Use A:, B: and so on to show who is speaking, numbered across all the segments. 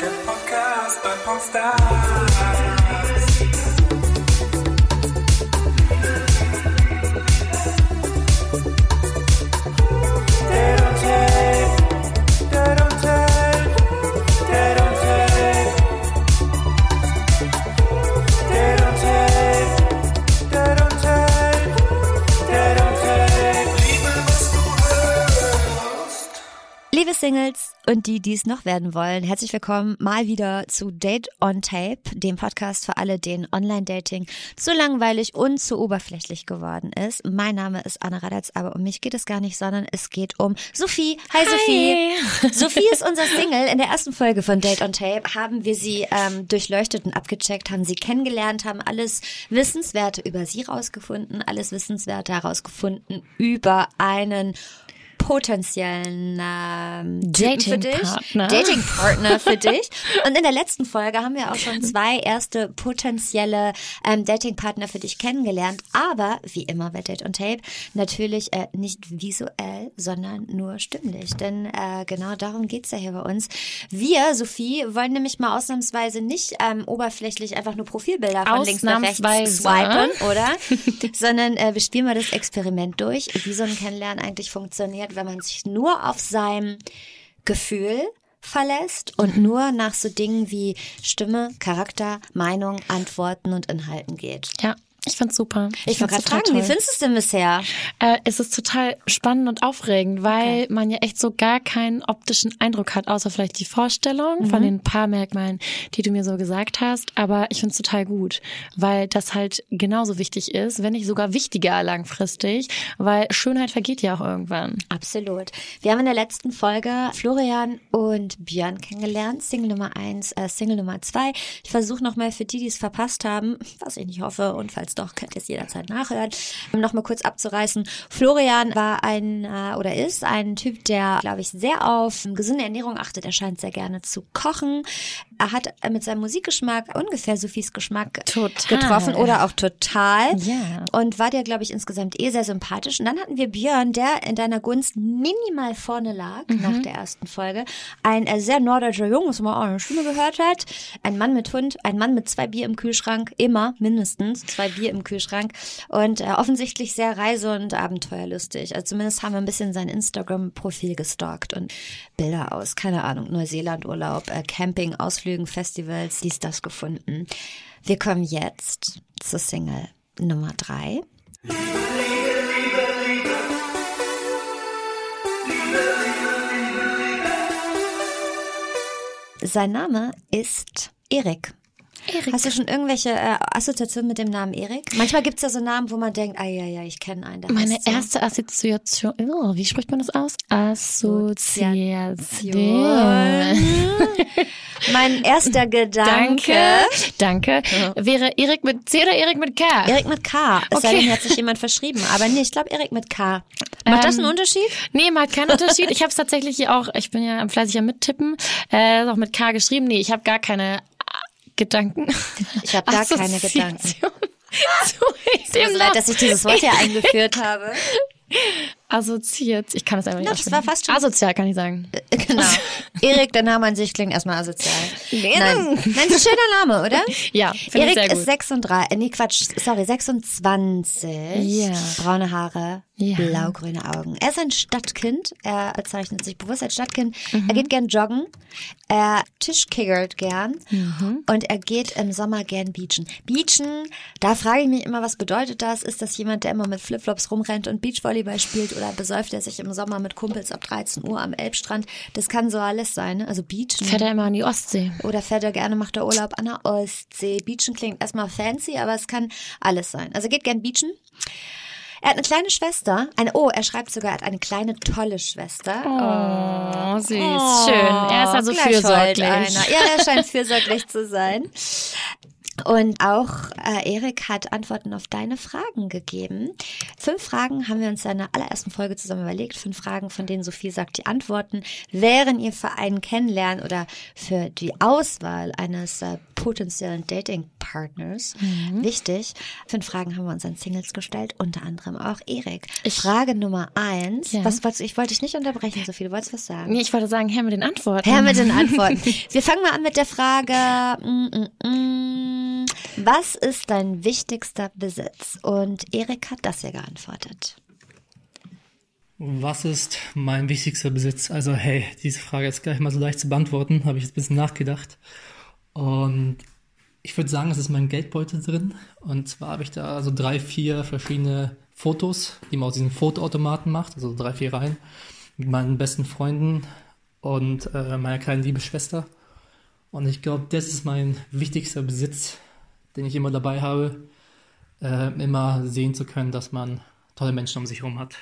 A: Der Podcast bei Popstars.
B: Liebe Singles und die, die es noch werden wollen, herzlich willkommen mal wieder zu Date on Tape, dem Podcast für alle, denen Online-Dating zu langweilig und zu oberflächlich geworden ist. Mein Name ist Anna Radatz, aber um mich geht es gar nicht, sondern es geht um Sophie. Hi, Sophie. Sophie ist unser Single. In der ersten Folge von Date on Tape haben wir sie ähm, durchleuchtet und abgecheckt, haben sie kennengelernt, haben alles Wissenswerte über sie rausgefunden, alles Wissenswerte herausgefunden über einen potenziellen ähm, Typen für dich,
C: Datingpartner.
B: Datingpartner für dich. Und in der letzten Folge haben wir auch schon zwei erste potenzielle ähm, Datingpartner für dich kennengelernt. Aber wie immer bei Date on Tape natürlich äh, nicht visuell, sondern nur stimmlich. Denn äh, genau darum geht's ja hier bei uns. Wir, Sophie, wollen nämlich mal ausnahmsweise nicht ähm, oberflächlich einfach nur Profilbilder von links nach rechts
C: Ausnahmsweise.
B: swipen, oder? Sondern äh, wir spielen mal das Experiment durch, wie so ein Kennenlernen eigentlich funktioniert, wenn man sich nur auf sein Gefühl verlässt und
C: Mhm.
B: nur nach so Dingen wie Stimme, Charakter, Meinung, Antworten und Inhalten geht.
C: Ja, ich fand's super.
B: Ich wollte gerade
C: fand's
B: fragen,
C: total
B: wie
C: toll.
B: findest du es denn bisher?
C: Äh, es ist total spannend und aufregend, weil man ja echt so gar keinen optischen Eindruck hat, außer vielleicht die Vorstellung von
B: Mhm.
C: den paar Merkmalen, die du mir so gesagt hast. Aber ich find's total gut, weil das halt genauso wichtig ist, wenn nicht sogar wichtiger langfristig, weil Schönheit vergeht ja auch irgendwann.
B: Absolut. Wir haben in der letzten Folge Florian und Björn kennengelernt. Single Nummer eins, äh, Single Nummer zwei. Ich versuche nochmal für die, die es verpasst haben, was ich nicht hoffe, und falls doch, könnt ihr es jederzeit nachhören, um nochmal kurz abzureißen. Florian war ein äh, oder ist ein Typ, der, glaube ich, sehr auf gesunde Ernährung achtet. Er scheint sehr gerne zu kochen. Er hat äh, mit seinem Musikgeschmack ungefähr Sophies Geschmack
C: Total.
B: getroffen oder auch total
C: Ja.
B: und war dir, glaube ich, insgesamt eh sehr sympathisch. Und dann hatten wir Björn, der in deiner Gunst minimal vorne lag nach der ersten Folge. Ein äh, sehr norddeutscher Junge, was man auch in der Schule gehört hat. Ein Mann mit Hund, ein Mann mit zwei Bier im Kühlschrank, immer mindestens zwei Bier im Kühlschrank. Und äh, offensichtlich sehr reise- und abenteuerlustig. Also zumindest haben wir ein bisschen sein Instagram-Profil gestalkt und Bilder aus, keine Ahnung, Neuseeland-Urlaub, äh, Camping, Ausflügen, Festivals, dies, das gefunden. Wir kommen jetzt zur Single Nummer drei. Sein Name ist Erik.
C: Erik.
B: Hast du schon irgendwelche äh, Assoziationen mit dem Namen Erik? Manchmal gibt es ja so Namen, wo man denkt, ah ja, ja, ich kenne einen. Der
C: Meine
B: heißt so.
C: erste Assoziation, oh, wie spricht man das aus? Assoziation.
B: Assoziation. mein erster Gedanke.
C: Danke. Danke. Wäre Erik mit C oder Erik mit K?
B: Erik mit K. Es sei
C: Okay.
B: denn, hier hat sich jemand verschrieben. Aber nee, ich glaube Erik mit K. Macht das einen
C: Ähm,
B: Unterschied?
C: Nee, macht keinen Unterschied. Ich habe es tatsächlich hier auch, ich bin ja am fleißig am Mittippen, äh, ist auch mit K geschrieben. Nee, ich habe gar keine äh, Gedanken.
B: Ich habe gar keine
C: Assoziation
B: Gedanken.
C: Zu
B: Tut mir so
C: dem
B: leid, Also, dass ich dieses Wort hier eingeführt habe.
C: Assoziiert. Ich kann das einfach nicht
B: Na, das
C: aussprechen.
B: war fast schon-
C: Asozial kann ich sagen.
B: Genau. Erik, der Name an sich klingt erstmal asozial. Nein, Nein ist ein schöner Name, oder?
C: Ja, finde ich
B: Erik
C: sehr gut.
B: ist 36, äh, nee Quatsch, sorry, 26.
C: Ja.
B: Braune Haare,
C: Ja.
B: blaugrüne Augen. Er ist ein Stadtkind, er bezeichnet sich bewusst als Stadtkind. Er geht gern joggen, er tischkickert gern und er geht im Sommer gern beachen. Beachen, da frage ich mich immer, was bedeutet das? Ist das jemand, der immer mit Flipflops rumrennt und Beachvolleyball spielt oder besäuft er sich im Sommer mit Kumpels ab 13 Uhr am Elbstrand? Das kann so alles sein, ne? also beachen.
C: Fährt er immer an die Ostsee.
B: Oder fährt er gerne, macht er Urlaub an der Ostsee. Beachen klingt erstmal fancy, aber es kann alles sein. Also geht gern beachen. Er hat eine kleine Schwester. Eine, oh, er schreibt sogar, er hat eine kleine, tolle Schwester.
C: Oh, süß. Schön. Er ist also
B: Oh, gleich heult
C: fürsorglich.
B: einer. Ja, er scheint fürsorglich zu sein. Und auch äh, Erik hat Antworten auf deine Fragen gegeben. Fünf Fragen haben wir uns in der allerersten Folge zusammen überlegt. Fünf Fragen, von denen Sophie sagt, die Antworten wären ihr für einen Kennenlernen oder für die Auswahl eines äh, potenziellen Dating-Partners
C: Mhm.
B: wichtig. Fünf Fragen haben wir unseren Singles gestellt, unter anderem auch Erik.
C: Ich-
B: Frage Nummer eins.
C: Ja.
B: Was wolltest du? Ich wollte dich nicht unterbrechen, Sophie. Du wolltest was sagen.
C: Nee, ich wollte sagen, her mit den Antworten.
B: Her mit den Antworten. Wir fangen mal an mit der Frage, mm, mm, mm, was ist dein wichtigster Besitz? Und Erik hat das ja geantwortet.
D: Was ist mein wichtigster Besitz? Also, hey, diese Frage ist gleich mal so leicht zu beantworten, habe ich jetzt ein bisschen nachgedacht. Und ich würde sagen, es ist mein Geldbeutel drin. Und zwar habe ich da so drei, vier verschiedene Fotos, die man aus diesen Fotoautomaten macht, also drei, vier Reihen, mit meinen besten Freunden und äh, meiner kleinen Liebesschwester. Und ich glaube, das ist mein wichtigster Besitz, den ich immer dabei habe, äh, immer sehen zu können, dass man tolle Menschen um sich herum hat.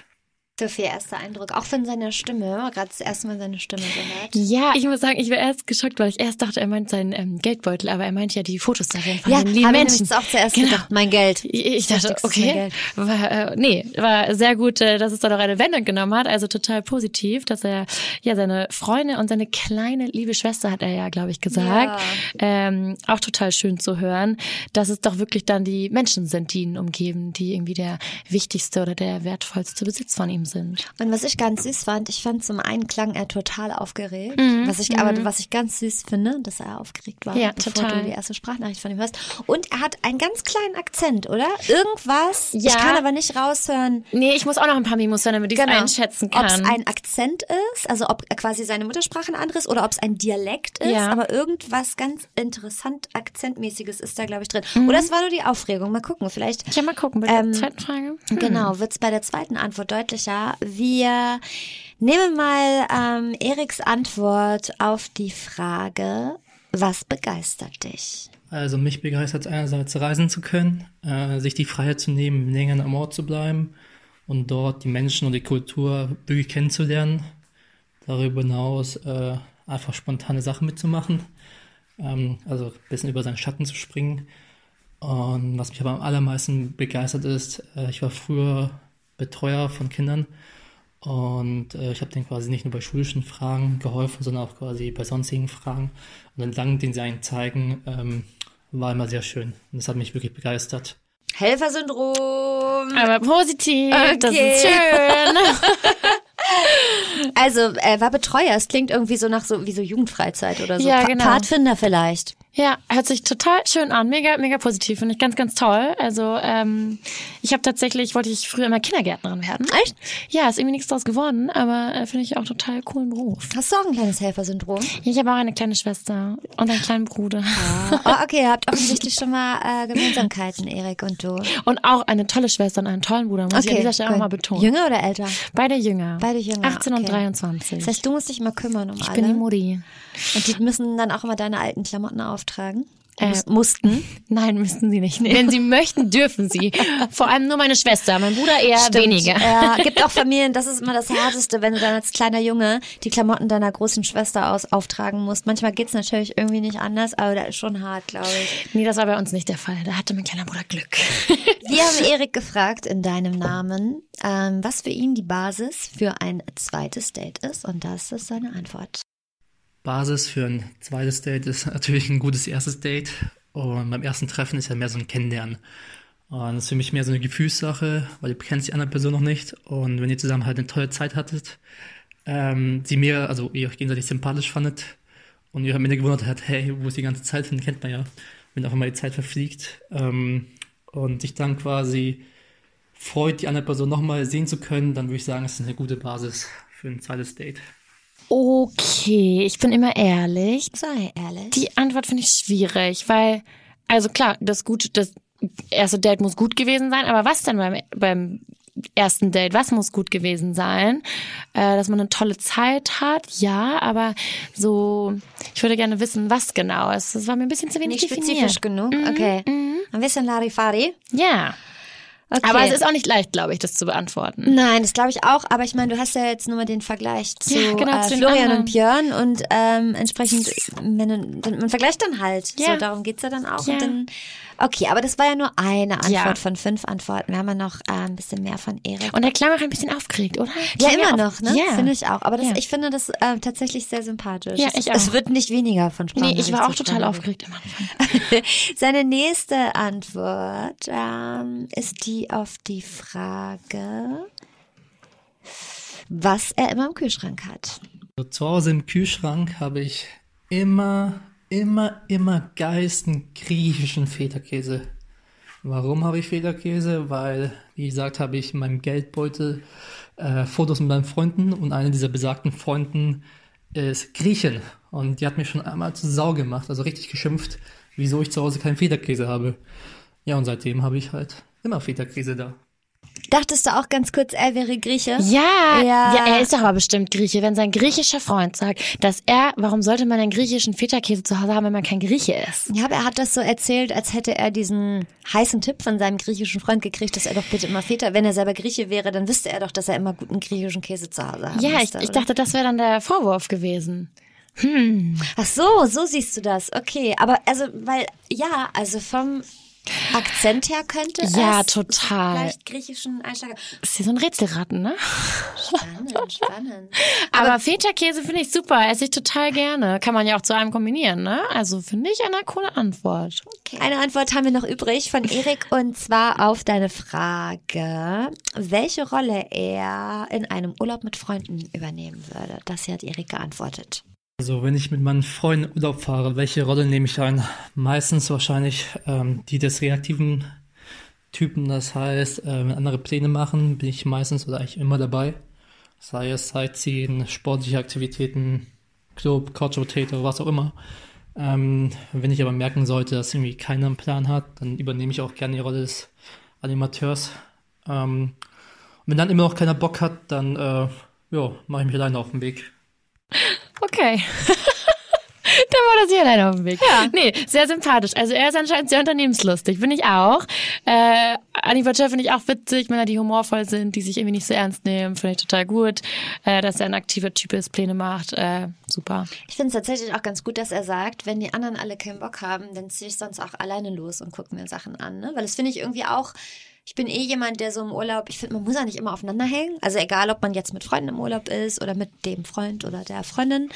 B: Sophie, erster Eindruck, auch von seiner Stimme, gerade das erste Mal seine Stimme gehört.
C: Ja, ich muss sagen, ich war erst geschockt, weil ich erst dachte, er meint seinen ähm, Geldbeutel, aber er meint ja die Fotos darin von
B: Ja, habe
C: den
B: ich
C: lieben Menschen.
B: nämlich auch zuerst
C: Genau.
B: gedacht, mein Geld.
C: Ich, ich
B: Das
C: dachte,
B: Wichtigste ist mein
C: okay,
B: Geld.
C: war, äh, nee, war sehr gut, äh, dass es da noch eine Wendung genommen hat, also total positiv, dass er ja seine Freunde und seine kleine liebe Schwester hat er ja, glaube ich, gesagt, ähm, auch total schön zu hören, dass es doch wirklich dann die Menschen sind, die ihn umgeben, die irgendwie der wichtigste oder der wertvollste Besitz von ihm sind.
B: Und was ich ganz süß fand, ich fand zum einen klang er total aufgeregt, was ich aber was ich ganz süß finde, dass er aufgeregt war,
C: Mhm. Ja,
B: bevor
C: total.
B: du die erste Sprachnachricht von ihm hast. Und er hat einen ganz kleinen Akzent, oder? Irgendwas. Ich
C: Ja.
B: kann aber nicht raushören.
C: Nee, ich muss auch noch ein paar Memos hören, damit ich es einschätzen
B: Ob es
C: kann.
B: Genau. ein Akzent ist, also ob quasi seine Muttersprache ein anderes oder ob es ein Dialekt ist,
C: Ja.
B: aber irgendwas ganz interessant Akzentmäßiges ist da, glaube ich, drin. Oder es war nur die Aufregung. Mal gucken, vielleicht.
C: Mhm. ja, mal gucken, bei der
B: Ähm,
C: zweiten Frage. Hm.
B: Genau, wird es bei der zweiten Antwort deutlicher. Wir nehmen mal ähm, Eriks Antwort auf die Frage, was begeistert dich?
D: Also mich begeistert einerseits reisen zu können, äh, sich die Freiheit zu nehmen, länger am Ort zu bleiben und dort die Menschen und die Kultur wirklich kennenzulernen. Darüber hinaus äh, einfach spontane Sachen mitzumachen, ähm, also ein bisschen über seinen Schatten zu springen. Und was mich aber am allermeisten begeistert ist, äh, ich war früher Betreuer von Kindern und äh, ich habe denen quasi nicht nur bei schulischen Fragen geholfen, sondern auch quasi bei sonstigen Fragen. Und entlang den sie einen zeigen, ähm, war immer sehr schön. Und das hat mich wirklich begeistert.
B: Helfersyndrom.
C: Aber positiv, das
B: Okay.
C: ist schön.
B: Also, er war Betreuer. Es klingt irgendwie so nach so wie so Jugendfreizeit oder so.
C: Ja,
B: Pa-
C: genau.
B: Pfadfinder vielleicht.
C: Ja, hört sich total schön an. Mega, mega positiv. Finde ich ganz, ganz toll. Also, ähm, ich habe tatsächlich, wollte ich früher immer Kindergärtnerin werden.
B: Echt?
C: Ja, ist irgendwie nichts draus geworden, aber äh, finde ich auch total coolen Beruf.
B: Hast du auch ein kleines Helfersyndrom?
C: Ich habe auch eine kleine Schwester und einen kleinen Bruder.
B: Oh, okay, ihr habt offensichtlich schon mal äh, Gemeinsamkeiten, Erik und du.
C: Und auch eine tolle Schwester und einen tollen Bruder, muss ich an dieser Stelle
B: cool.
C: auch mal betonen.
B: Jünger oder älter?
C: Beide jünger.
B: Beide jünger.
C: 18 und
B: okay.
C: 23.
B: Das heißt, du musst dich immer kümmern um
C: ich
B: alle.
C: bin die Mutti.
B: Und die müssen dann auch immer deine alten Klamotten auftragen?
C: Äh,
B: Mus- mussten.
C: Nein, müssen sie nicht. Wenn sie möchten, dürfen sie. Vor allem nur meine Schwester, mein Bruder eher weniger.
B: Ja, gibt auch Familien, das ist immer das Härteste, wenn du dann als kleiner Junge die Klamotten deiner großen Schwester aus auftragen musst. Manchmal geht's natürlich irgendwie nicht anders, aber das ist schon hart, glaube ich.
C: Nee, das war bei uns nicht der Fall. Da hatte mein kleiner Bruder Glück.
B: Wir haben Erik gefragt in deinem Namen, ähm, was für ihn die Basis für ein zweites Date ist und das ist seine Antwort.
D: Basis für ein zweites Date ist natürlich ein gutes erstes Date. Und beim ersten Treffen ist ja mehr so ein Kennenlernen. Und das ist für mich mehr so eine Gefühlssache, weil du kennst die andere Person noch nicht. Und wenn ihr zusammen halt eine tolle Zeit hattet, ähm, sie mir, also ihr euch gegenseitig sympathisch fandet und ihr am Ende gewundert habt, hey, wo ist die ganze Zeit hin, kennt man ja, wenn auf einmal die Zeit verfliegt. Ähm, und sich dann quasi freut, die andere Person nochmal sehen zu können, dann würde ich sagen, es ist eine gute Basis für ein zweites Date.
C: Okay, ich bin immer ehrlich.
B: Sei ehrlich.
C: Die Antwort finde ich schwierig, weil, also klar, das gute, das erste Date muss gut gewesen sein, aber was denn beim, beim ersten Date, was muss gut gewesen sein? Äh, dass man eine tolle Zeit hat, ja, aber so, ich würde gerne wissen, was genau ist. Das war mir ein bisschen zu wenig
B: nicht
C: definiert.
B: spezifisch genug. Okay. Ein bisschen Larifari.
C: Ja.
B: Okay.
C: Aber es ist auch nicht leicht, glaube ich, das zu beantworten.
B: Nein, das glaube ich auch, aber ich meine, du hast ja jetzt nur mal den Vergleich zu
C: Ja, genau,
B: äh,
C: zu den
B: Florian
C: anderen.
B: und Björn und ähm, entsprechend, wenn, du- man vergleicht dann halt.
C: Ja.
B: So, darum geht's ja dann auch.
C: Ja.
B: Und dann, okay, aber das war ja nur eine Antwort
C: Ja.
B: von fünf Antworten. Wir haben ja noch äh, ein bisschen mehr von Erik.
C: Und der Klammer ein bisschen aufgeregt, oder?
B: ja,
C: Klang
B: immer
C: auf-
B: noch, ne?
C: Ja.
B: Finde ich auch. Aber das,
C: Ja.
B: ich finde das äh, tatsächlich sehr sympathisch.
C: Ja,
B: es,
C: ich
B: Es
C: auch.
B: wird nicht weniger von Sprachen.
C: Nee, ich war auch total aufgeregt am Anfang.
B: Seine nächste Antwort ähm, ist die auf die Frage, was er immer im Kühlschrank hat.
D: Also zu Hause im Kühlschrank habe ich immer, immer, immer geilsten griechischen Federkäse. Warum habe ich Federkäse? Weil, wie gesagt, habe ich in meinem Geldbeutel äh, Fotos mit meinen Freunden und einer dieser besagten Freunden ist Griechen. Und die hat mir schon einmal zu Sau gemacht, also richtig geschimpft, wieso ich zu Hause keinen Federkäse habe. Ja, und seitdem habe ich halt immer Federkäse da.
B: Dachtest du auch ganz kurz, er wäre Grieche?
C: Ja,
B: Ja.
C: ja, er ist doch aber bestimmt Grieche. Wenn sein griechischer Freund sagt, dass er, warum sollte man einen griechischen Feta-Käse zu Hause haben, wenn man kein Grieche ist?
B: Ja, aber er hat das so erzählt, als hätte er diesen heißen Tipp von seinem griechischen Freund gekriegt, dass er doch bitte immer Väter, wenn er selber Grieche wäre, dann wüsste er doch, dass er immer guten griechischen Käse zu Hause haben
C: Ja, ich,
B: müsste,
C: ich
B: oder?
C: dachte, das wäre dann der Vorwurf gewesen.
B: Ach so, so siehst du das. Okay, aber also, weil, ja, also vom Akzent her könnte
C: Ja,
B: es
C: total.
B: vielleicht griechischen Einschlag.
C: Ist hier so ein Rätselratten, ne?
B: Spannend, spannend.
C: Aber, Feta-Käse finde ich super, esse ich total gerne. Kann man ja auch zu einem kombinieren, ne? Also finde ich eine coole Antwort.
B: Okay. Eine Antwort haben wir noch übrig von Erik und zwar auf deine Frage, welche Rolle er in einem Urlaub mit Freunden übernehmen würde. Das hier hat Erik geantwortet.
D: Also wenn ich mit meinen Freunden in Urlaub fahre, welche Rolle nehme ich ein? Meistens wahrscheinlich ähm, die des reaktiven Typen, das heißt, äh, wenn andere Pläne machen, bin ich meistens oder eigentlich immer dabei. Sei es Sightseeing, sportliche Aktivitäten, Club, Couch Potato, was auch immer. Ähm, wenn ich aber merken sollte, dass irgendwie keiner einen Plan hat, dann übernehme ich auch gerne die Rolle des Animateurs. Ähm, und wenn dann immer noch keiner Bock hat, dann äh, ja, mache ich mich alleine auf den Weg.
C: Okay. Dann war das hier alleine auf dem Weg. Ja. Nee, sehr sympathisch. Also er ist anscheinend sehr unternehmenslustig. Bin ich auch. Äh, Animateur finde ich auch witzig, Männer, die humorvoll sind, die sich irgendwie nicht so ernst nehmen. Finde ich total gut. Äh, dass er ein aktiver Typ ist, Pläne macht. Äh, super.
B: Ich finde es tatsächlich auch ganz gut, dass er sagt, wenn die anderen alle keinen Bock haben, dann ziehe ich sonst auch alleine los und gucke mir Sachen an. Ne? Weil das finde ich irgendwie auch, ich bin eh jemand, der so im Urlaub, ich finde, man muss ja nicht immer aufeinander hängen. Also egal, ob man jetzt mit Freunden im Urlaub ist oder mit dem Freund oder der Freundin.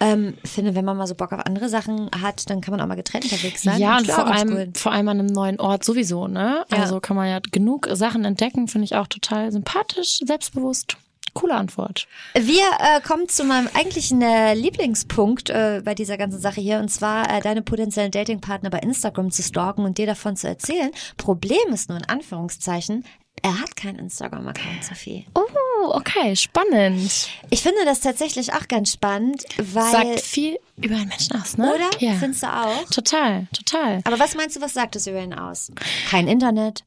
B: Ähm, finde, wenn man mal so Bock auf andere Sachen hat, dann kann man auch mal getrennt unterwegs sein.
C: ja,
B: Das
C: und
B: ist auch
C: vor
B: ganz
C: allem,
B: cool.
C: vor allem an einem neuen Ort sowieso, ne?
B: Ja.
C: Also kann man ja genug Sachen entdecken. Finde ich auch total sympathisch, selbstbewusst. Coole Antwort.
B: Wir äh, kommen zu meinem eigentlichen äh, Lieblingspunkt äh, bei dieser ganzen Sache hier und zwar äh, deine potenziellen Datingpartner bei Instagram zu stalken und dir davon zu erzählen. Problem ist nur in Anführungszeichen, er hat keinen Instagram-Account, Sophie.
C: Oh, okay, spannend.
B: Ich finde das tatsächlich auch ganz spannend, weil
C: Sagt viel über einen Menschen aus, ne?
B: oder
C: Ja.
B: findest du auch?
C: Total, total.
B: Aber was meinst du, was sagt es über ihn aus? Kein Internet.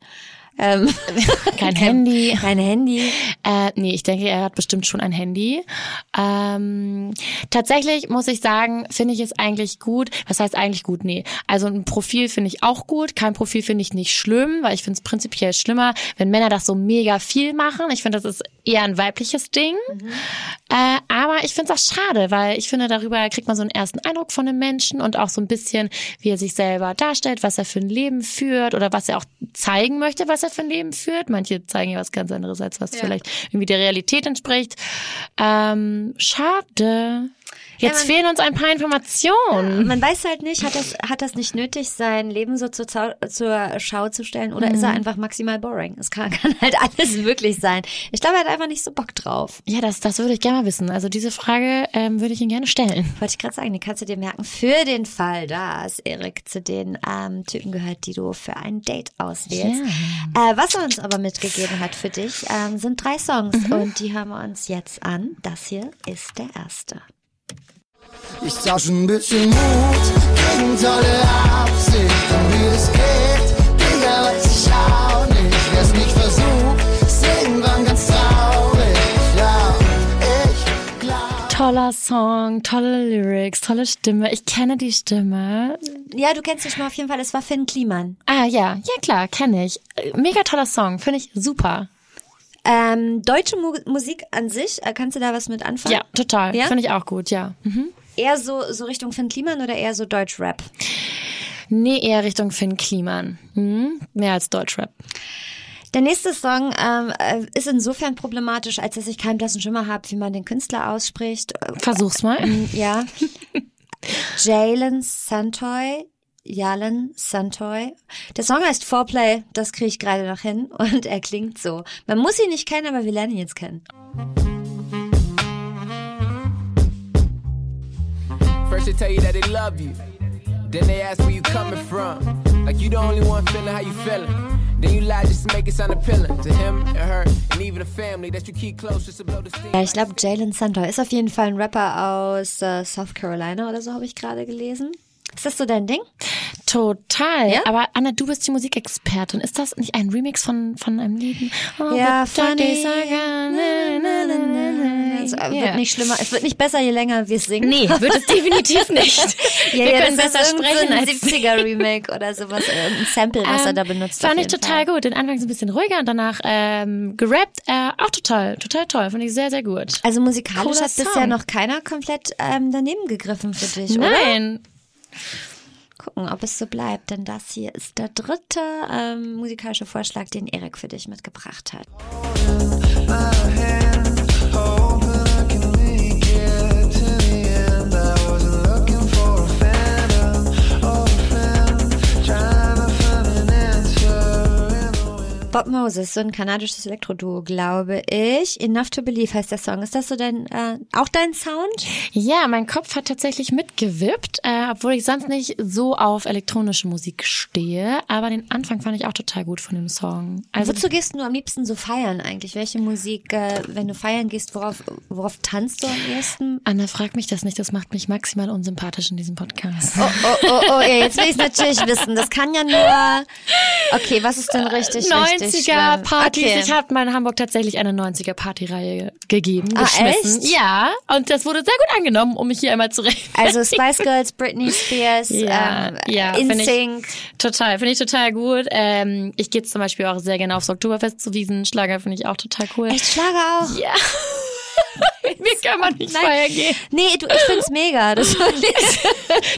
B: Ähm,
C: Kein Handy.
B: Kein Handy.
C: Äh, nee, ich denke, er hat bestimmt schon ein Handy. Ähm, tatsächlich muss ich sagen, finde ich es eigentlich gut. Was heißt eigentlich gut? Nee. Also ein Profil finde ich auch gut. Kein Profil finde ich nicht schlimm, weil ich finde es prinzipiell schlimmer, wenn Männer das so mega viel machen. Ich finde, das ist eher ein weibliches Ding.
B: Mhm.
C: Äh, aber ich finde es auch schade, weil ich finde, darüber kriegt man so einen ersten Eindruck von einem Menschen und auch so ein bisschen, wie er sich selber darstellt, was er für ein Leben führt oder was er auch zeigen möchte, was er für ein Leben führt. Manche zeigen ja was ganz anderes, als was vielleicht irgendwie der Realität entspricht. Ähm, schade. Jetzt
B: man-
C: fehlen uns ein paar Informationen.
B: Man weiß halt nicht, hat das, hat das nicht nötig, sein Leben so zur, Zau zur Schau zu stellen oder ist er einfach maximal boring? Es kann, kann halt alles möglich sein. Ich glaube, er hat einfach nicht so Bock drauf.
C: Ja, das, das würde ich gerne mal wissen. Also diese Frage ähm, würde ich Ihnen gerne stellen.
B: Wollte ich gerade sagen, die kannst du dir merken. Für den Fall, dass Erik zu den ähm, Typen gehört, die du für ein Date auswählst. Äh, was er uns aber mitgegeben hat für dich, ähm, sind drei Songs und die hören wir uns jetzt an. Das hier ist der erste.
E: Ich tausch ein bisschen Mut gegen tolle Absichten. Wie es geht, Digga, weiß ich auch nicht. Wer's nicht versucht, ist irgendwann ganz traurig. Ja, ich glaub.
C: toller Song, tolle Lyrics, tolle Stimme. Ich kenne die Stimme.
B: Ja, du kennst dich mal auf jeden Fall. Es war Finn Kliman.
C: Ah ja, ja klar, kenne ich. Äh, Mega toller Song, finde ich super.
B: Ähm, deutsche Mu Musik an sich, äh, kannst du da was mit anfangen?
C: Ja, total.
B: Ja?
C: Finde ich auch gut, ja. Mhm.
B: Eher so, so Richtung Finn Kliman oder eher so Deutschrap?
C: Nee, eher Richtung Finn Kliman. Mhm. Mehr als Deutschrap.
B: Der nächste Song ähm, äh, ist insofern problematisch, als dass ich keinen blassen Schimmer habe, wie man den Künstler ausspricht. Äh,
C: Versuch's mal.
B: Ja. Jalen Santoy. Jalen Santoy. Der Song heißt Foreplay, das kriege ich gerade noch hin und er klingt so. Man muss ihn nicht kennen, aber wir lernen ihn jetzt kennen.
F: First they tell you that they love you. Then they ask where you coming from. Like you the only one feeling how you feeling. Then you lie just to make it sound appealing to him and her and even the family that you keep close just to blow the steam.
B: Ja, ich glaube, Jalen Santoy ist auf jeden Fall ein Rapper aus äh, South Carolina oder so, habe ich gerade gelesen. Ist das so dein Ding?
C: Total.
B: Ja?
C: Aber Anna, du bist die Musikexpertin. Ist das nicht ein Remix von, von einem Lied? Oh,
B: Ja,
C: the Jockeys
B: funny.
C: are gonna- na, na, na, na, na.
B: Also, äh,
C: Ja.
B: Wird nicht schlimmer, es wird nicht besser, je länger wir es singen.
C: Nee, wird es definitiv nicht.
B: Ja,
C: Wir
B: ja,
C: können
B: das ist
C: besser
B: irgendein
C: sprechen als
B: 70er Remake oder sowas, äh, ein Sample, was er
C: Ähm,
B: da benutzt.
C: Fand
B: auf
C: ich
B: jeden
C: total
B: Fall.
C: gut. Den Anfang so ein bisschen ruhiger und danach ähm, gerappt. Äh, auch total, total toll. Fand ich sehr, sehr gut.
B: Also musikalisch
C: Cooler
B: hat bisher
C: Song.
B: noch keiner komplett ähm, daneben gegriffen für dich, oder?
C: Nein.
B: Gucken, ob es so bleibt, denn das hier ist der dritte ähm, musikalische Vorschlag, den Erik für dich mitgebracht hat. Bob Moses, so ein kanadisches Elektroduo, glaube ich. Enough to Believe heißt der Song. Ist das so dein, äh, auch dein Sound?
C: Ja, mein Kopf hat tatsächlich mitgewippt, äh, obwohl ich sonst nicht so auf elektronische Musik stehe. Aber den Anfang fand ich auch total gut von dem Song. Also
B: Wozu gehst du am liebsten so feiern eigentlich? Welche Musik, äh, wenn du feiern gehst, worauf, worauf tanzt du am ehesten?
C: Anna, frag mich das nicht. Das macht mich maximal unsympathisch in diesem Podcast.
B: Oh, oh, oh, oh, ja, jetzt will ich natürlich wissen. Das kann ja nur. Okay, was ist denn richtig? richtig schlimm?
C: 90er-Partys.
B: Okay.
C: Ich habe mal in Hamburg tatsächlich eine 90er-Party-Reihe gegeben,
B: Ah,
C: geschmissen.
B: echt?
C: Ja, und das wurde sehr gut angenommen, um mich hier einmal zu reden.
B: also Spice Girls, Britney Spears,
C: Ja,
B: ähm,
C: ja, find ich-
B: InSync.
C: Total, finde ich total gut. Ähm, ich gehe zum Beispiel auch sehr gerne aufs Oktoberfest zu Wiesen. Schlager finde ich auch total cool.
B: Echt Schlager auch?
C: Ja. Mir kann man nicht
B: Nein.
C: feiern gehen.
B: Nee, du, ich find's mega. Das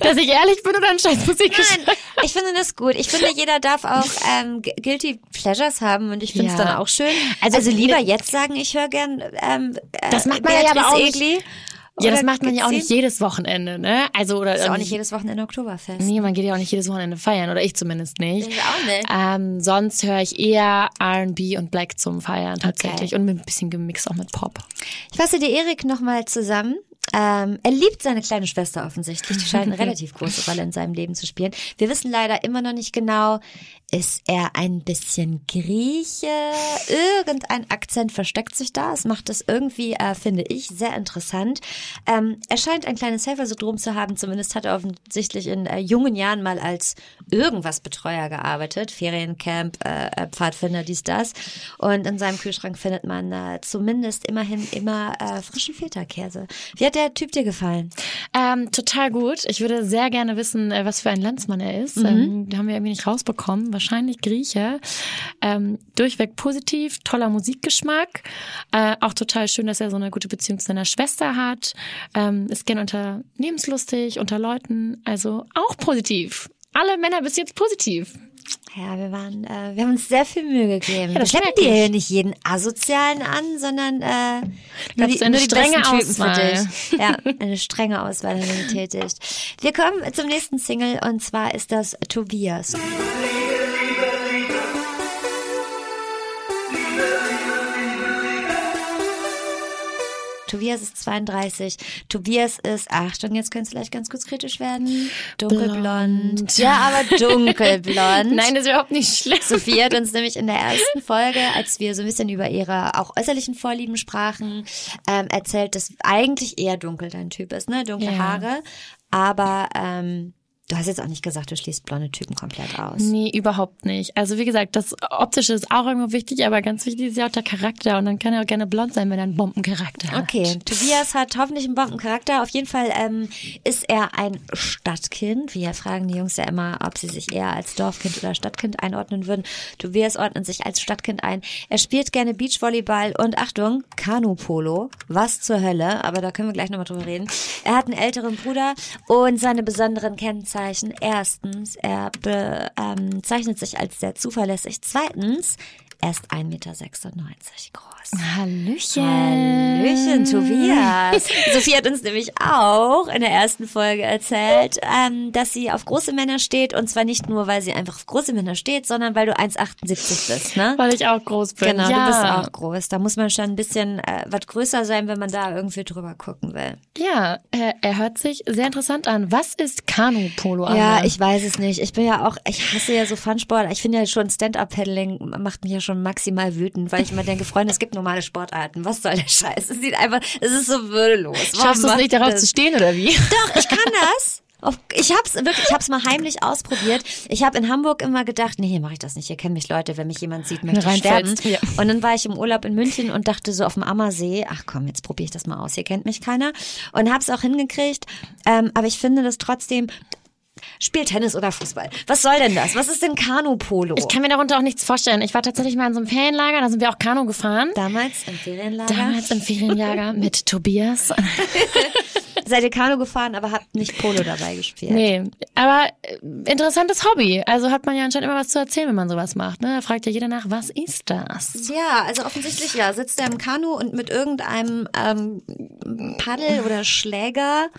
C: Dass ich ehrlich bin oder ein scheiß Musik
B: Nein, ich finde das gut. Ich finde, jeder darf auch ähm, gu- Guilty Pleasures haben und ich finde es
C: Ja.
B: dann auch schön. Also,
C: Also,
B: lieber jetzt sagen, ich höre gern ähm, äh,
C: Das macht man ja
B: Beatrice
C: aber auch nicht-
B: Egli.
C: Ja, das
B: Oder
C: macht man ja auch nicht
B: gezielt.
C: jedes Wochenende, ne? Also oder
B: Ist ja auch nicht jedes Wochenende Oktoberfest.
C: Nee, man geht ja auch nicht jedes Wochenende feiern oder ich zumindest nicht.
B: Ich auch nicht.
C: Ähm, sonst höre ich eher R&B und Black zum Feiern tatsächlich
B: Okay.
C: und mit ein bisschen gemixt auch mit Pop.
B: Ich fasse dir Erik nochmal zusammen. Ähm, er liebt seine kleine Schwester offensichtlich. Die scheint eine relativ große Rolle in seinem Leben zu spielen. Wir wissen leider immer noch nicht genau, ist er ein bisschen Grieche? Irgendein Akzent versteckt sich da. Es macht das irgendwie, äh, finde ich, sehr interessant. Ähm, er scheint ein kleines Helfersyndrom zu haben. Zumindest hat er offensichtlich in äh, jungen Jahren mal als irgendwas Betreuer gearbeitet. Feriencamp, äh, äh, Pfadfinder, dies, das. Und in seinem Kühlschrank findet man äh, zumindest immerhin immer äh, frischen Feta-Käse. Wie hat der Typ dir gefallen?
C: Ähm, total gut. Ich würde sehr gerne wissen, äh, was für ein Landsmann er ist.
B: Mhm.
C: Ähm, da haben wir irgendwie nicht rausbekommen. Wahrscheinlich Grieche. Ähm, durchweg positiv, toller Musikgeschmack. Äh, auch total schön, dass er so eine gute Beziehung zu seiner Schwester hat. Ähm, ist gern unternehmenslustig, unter Leuten. Also auch positiv. Alle Männer bis jetzt positiv.
B: Ja, wir waren, äh, wir haben uns sehr viel Mühe gegeben.
C: Ja,
B: wir
C: das
B: schleppen
C: merk
B: dir
C: ich.
B: hier nicht jeden Asozialen an, sondern äh, nur,
C: Gab's
B: die,
C: eine
B: nur die
C: strenge
B: besten Typen
C: Auswahl.
B: für dich. Ja, eine strenge Auswahl haben wir getätigt. Wir kommen zum nächsten Single und zwar ist das Tobias. Tobias ist 32. Tobias ist, Achtung, jetzt könnte es vielleicht ganz kurz kritisch werden. Dunkelblond.
C: Blond.
B: Ja, aber dunkelblond.
C: Nein, das ist überhaupt nicht schlimm.
B: Sophie hat uns nämlich in der ersten Folge, als wir so ein bisschen über ihre auch äußerlichen Vorlieben sprachen, ähm, erzählt, dass eigentlich eher dunkel dein Typ ist, ne? Dunkle
C: Ja.
B: Haare. Aber ähm, Du hast jetzt auch nicht gesagt, du schließt blonde Typen komplett aus.
C: Nee, überhaupt nicht. Also wie gesagt, das Optische ist auch irgendwo wichtig, aber ganz wichtig ist ja auch der Charakter. Und dann kann er auch gerne blond sein, wenn er einen Bombencharakter hat.
B: Okay, Tobias hat hoffentlich einen Bombencharakter. Auf jeden Fall ähm, ist er ein Stadtkind. Wir fragen die Jungs ja immer, ob sie sich eher als Dorfkind oder Stadtkind einordnen würden. Tobias ordnet sich als Stadtkind ein. Er spielt gerne Beachvolleyball und Achtung, Kanupolo. Was zur Hölle, aber da können wir gleich nochmal drüber reden. Er hat einen älteren Bruder und seine besonderen Kennzeichen. Erstens, er be, ähm, zeichnet sich als sehr zuverlässig. Zweitens, er ist 1,96 Meter groß.
C: Hallöchen.
B: Hallöchen, Tobias. Sophie hat uns nämlich auch in der ersten Folge erzählt, ähm, dass sie auf große Männer steht. Und zwar nicht nur, weil sie einfach auf große Männer steht, sondern weil du 1,78 bist, ne?
C: Weil ich auch groß bin.
B: Genau,
C: ja.
B: du bist auch groß. Da muss man schon ein bisschen äh, was größer sein, wenn man da irgendwie drüber gucken will.
C: Ja, er, er hört sich sehr interessant an. Was ist Kanu-Polo?
B: Ja,
C: Anna?
B: ich weiß es nicht. Ich bin ja auch, ich hasse ja so Funsport. Ich finde ja schon Stand-Up-Paddling macht mich ja schon maximal wütend, weil ich immer denke, Freunde, es gibt normale Sportarten. Was soll der Scheiß? Es sieht einfach, es ist so würdelos. Warum
C: Schaffst du es
B: macht
C: nicht, darauf
B: das?
C: zu stehen oder wie?
B: Doch, ich kann das. Auf- Ich hab's wirklich, ich hab's mal heimlich ausprobiert. Ich habe in Hamburg immer gedacht, nee, hier mache ich das nicht. Hier kennen mich Leute, wenn mich jemand sieht, möchte ich sterben.
C: Reinfällst, ja.
B: Und dann war ich im Urlaub in München und dachte so auf dem Ammersee, ach komm, jetzt probiere ich das mal aus. Hier kennt mich keiner und hab's auch hingekriegt. Ähm, aber ich finde das trotzdem. Spiel Tennis oder Fußball. Was soll denn das? Was ist denn Kanupolo?
C: Ich kann mir darunter auch nichts vorstellen. Ich war tatsächlich mal in so einem Ferienlager, da sind wir auch Kanu gefahren.
B: Damals im Ferienlager.
C: Damals im Ferienlager mit Tobias.
B: Seid ihr Kanu gefahren, aber habt nicht Polo dabei gespielt.
C: Nee, aber äh, interessantes Hobby. Also hat man ja anscheinend immer was zu erzählen, wenn man sowas macht. Ne? Da fragt ja jeder nach, was ist das?
B: Ja, also offensichtlich ja, sitzt er im Kanu und mit irgendeinem ähm, Paddel oder Schläger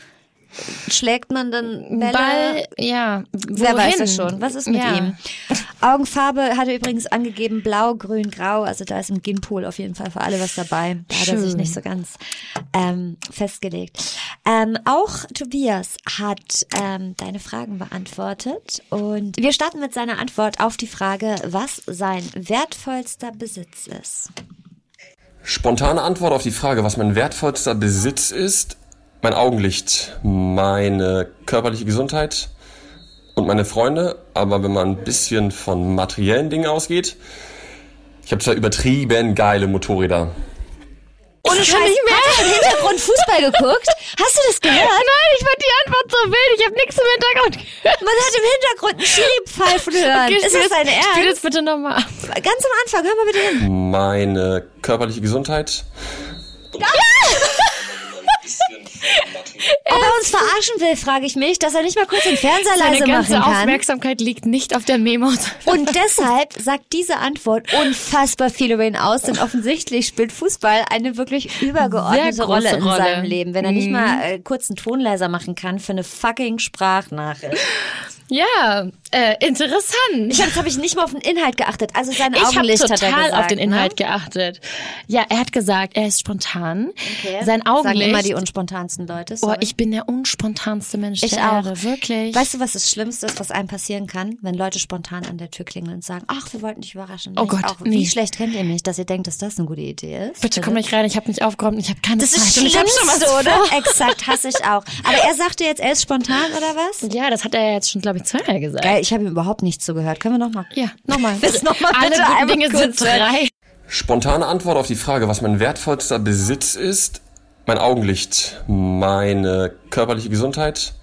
B: schlägt man dann Bälle.
C: Ball, ja.
B: Wer
C: wohin?
B: weiß es schon? Was ist mit
C: ja.
B: ihm? Augenfarbe hat er übrigens angegeben, blau, grün, grau. Also da ist im Gimpool auf jeden Fall für alle was dabei. Da hat er sich
C: Schön.
B: nicht so ganz ähm, festgelegt. Ähm, auch Tobias hat ähm, deine Fragen beantwortet. Und wir starten mit seiner Antwort auf die Frage, was sein wertvollster Besitz ist.
G: Spontane Antwort auf die Frage, was mein wertvollster Besitz ist. Mein Augenlicht, meine körperliche Gesundheit und meine Freunde. Aber wenn man ein bisschen von materiellen Dingen ausgeht, ich habe zwei übertrieben geile Motorräder.
B: Ohne Scheiß, hast du im Hintergrund Fußball geguckt? Hast du das gehört?
C: Nein, ich fand die Antwort so wild. Ich habe nichts im Hintergrund gehört.
B: Man hat im Hintergrund einen Schiri-Pfeifen hören.
C: Okay,
B: ist das
C: spiel
B: dein
C: Spiel
B: Ernst?
C: das bitte nochmal ab.
B: Ganz am Anfang, hör mal bitte hin.
G: Meine körperliche Gesundheit.
B: Ob er uns verarschen will, frage ich mich, dass er nicht mal kurz den Fernseher
C: Meine
B: leise machen
C: ganze
B: kann.
C: Aufmerksamkeit liegt nicht auf der Memo.
B: Und deshalb sagt diese Antwort unfassbar viel über ihn aus, denn offensichtlich spielt Fußball eine wirklich übergeordnete
C: Sehr große
B: Rolle in
C: Rolle. Mhm.
B: seinem Leben, wenn er nicht mal äh, kurz einen Ton leiser machen kann für eine fucking Sprachnachricht.
C: Ja, äh, interessant.
B: Ich glaube, das habe ich nicht mal auf den Inhalt geachtet. Also sein
C: Ich habe
B: Augenlicht hat er
C: total
B: gesagt,
C: auf den Inhalt
B: ne?
C: geachtet. Ja, er hat gesagt, er ist spontan.
B: Okay.
C: Sein Augenlicht.
B: Sagen immer die unspontansten Leute.
C: oh,
B: sorry.
C: ich bin der unspontanste Mensch
B: ich
C: der
B: auch.
C: Erde, wirklich.
B: Weißt du, was das Schlimmste ist, was einem passieren kann, wenn Leute spontan an der Tür klingeln und sagen, ach, wir wollten dich überraschen.
C: Oh
B: Ich
C: Gott,
B: auch, Wie
C: nee.
B: schlecht kennt ihr mich, dass ihr denkt, dass das eine gute Idee ist? Also,
C: Bitte komm nicht rein, ich habe nicht aufgeräumt, ich habe keine
B: Das
C: Zeit.
B: ist
C: und
B: schlimm,
C: ich hab schon was
B: oder?
C: vor.
B: Exakt, hasse ich auch. Aber er sagte jetzt, er ist spontan, oder was?
C: Ja, das hat er ja jetzt schon, glaube ich, zweimal gesagt.
B: Geil, ich habe ihm überhaupt nicht zugehört. Können wir nochmal?
C: Ja, nochmal.
B: Das nochmal
C: Alle
B: bitte
C: guten
B: einmal
C: Dinge
B: kurz
C: sind frei.
G: Spontane Antwort auf die Frage, was mein wertvollster Besitz ist. Mein Augenlicht, meine körperliche Gesundheit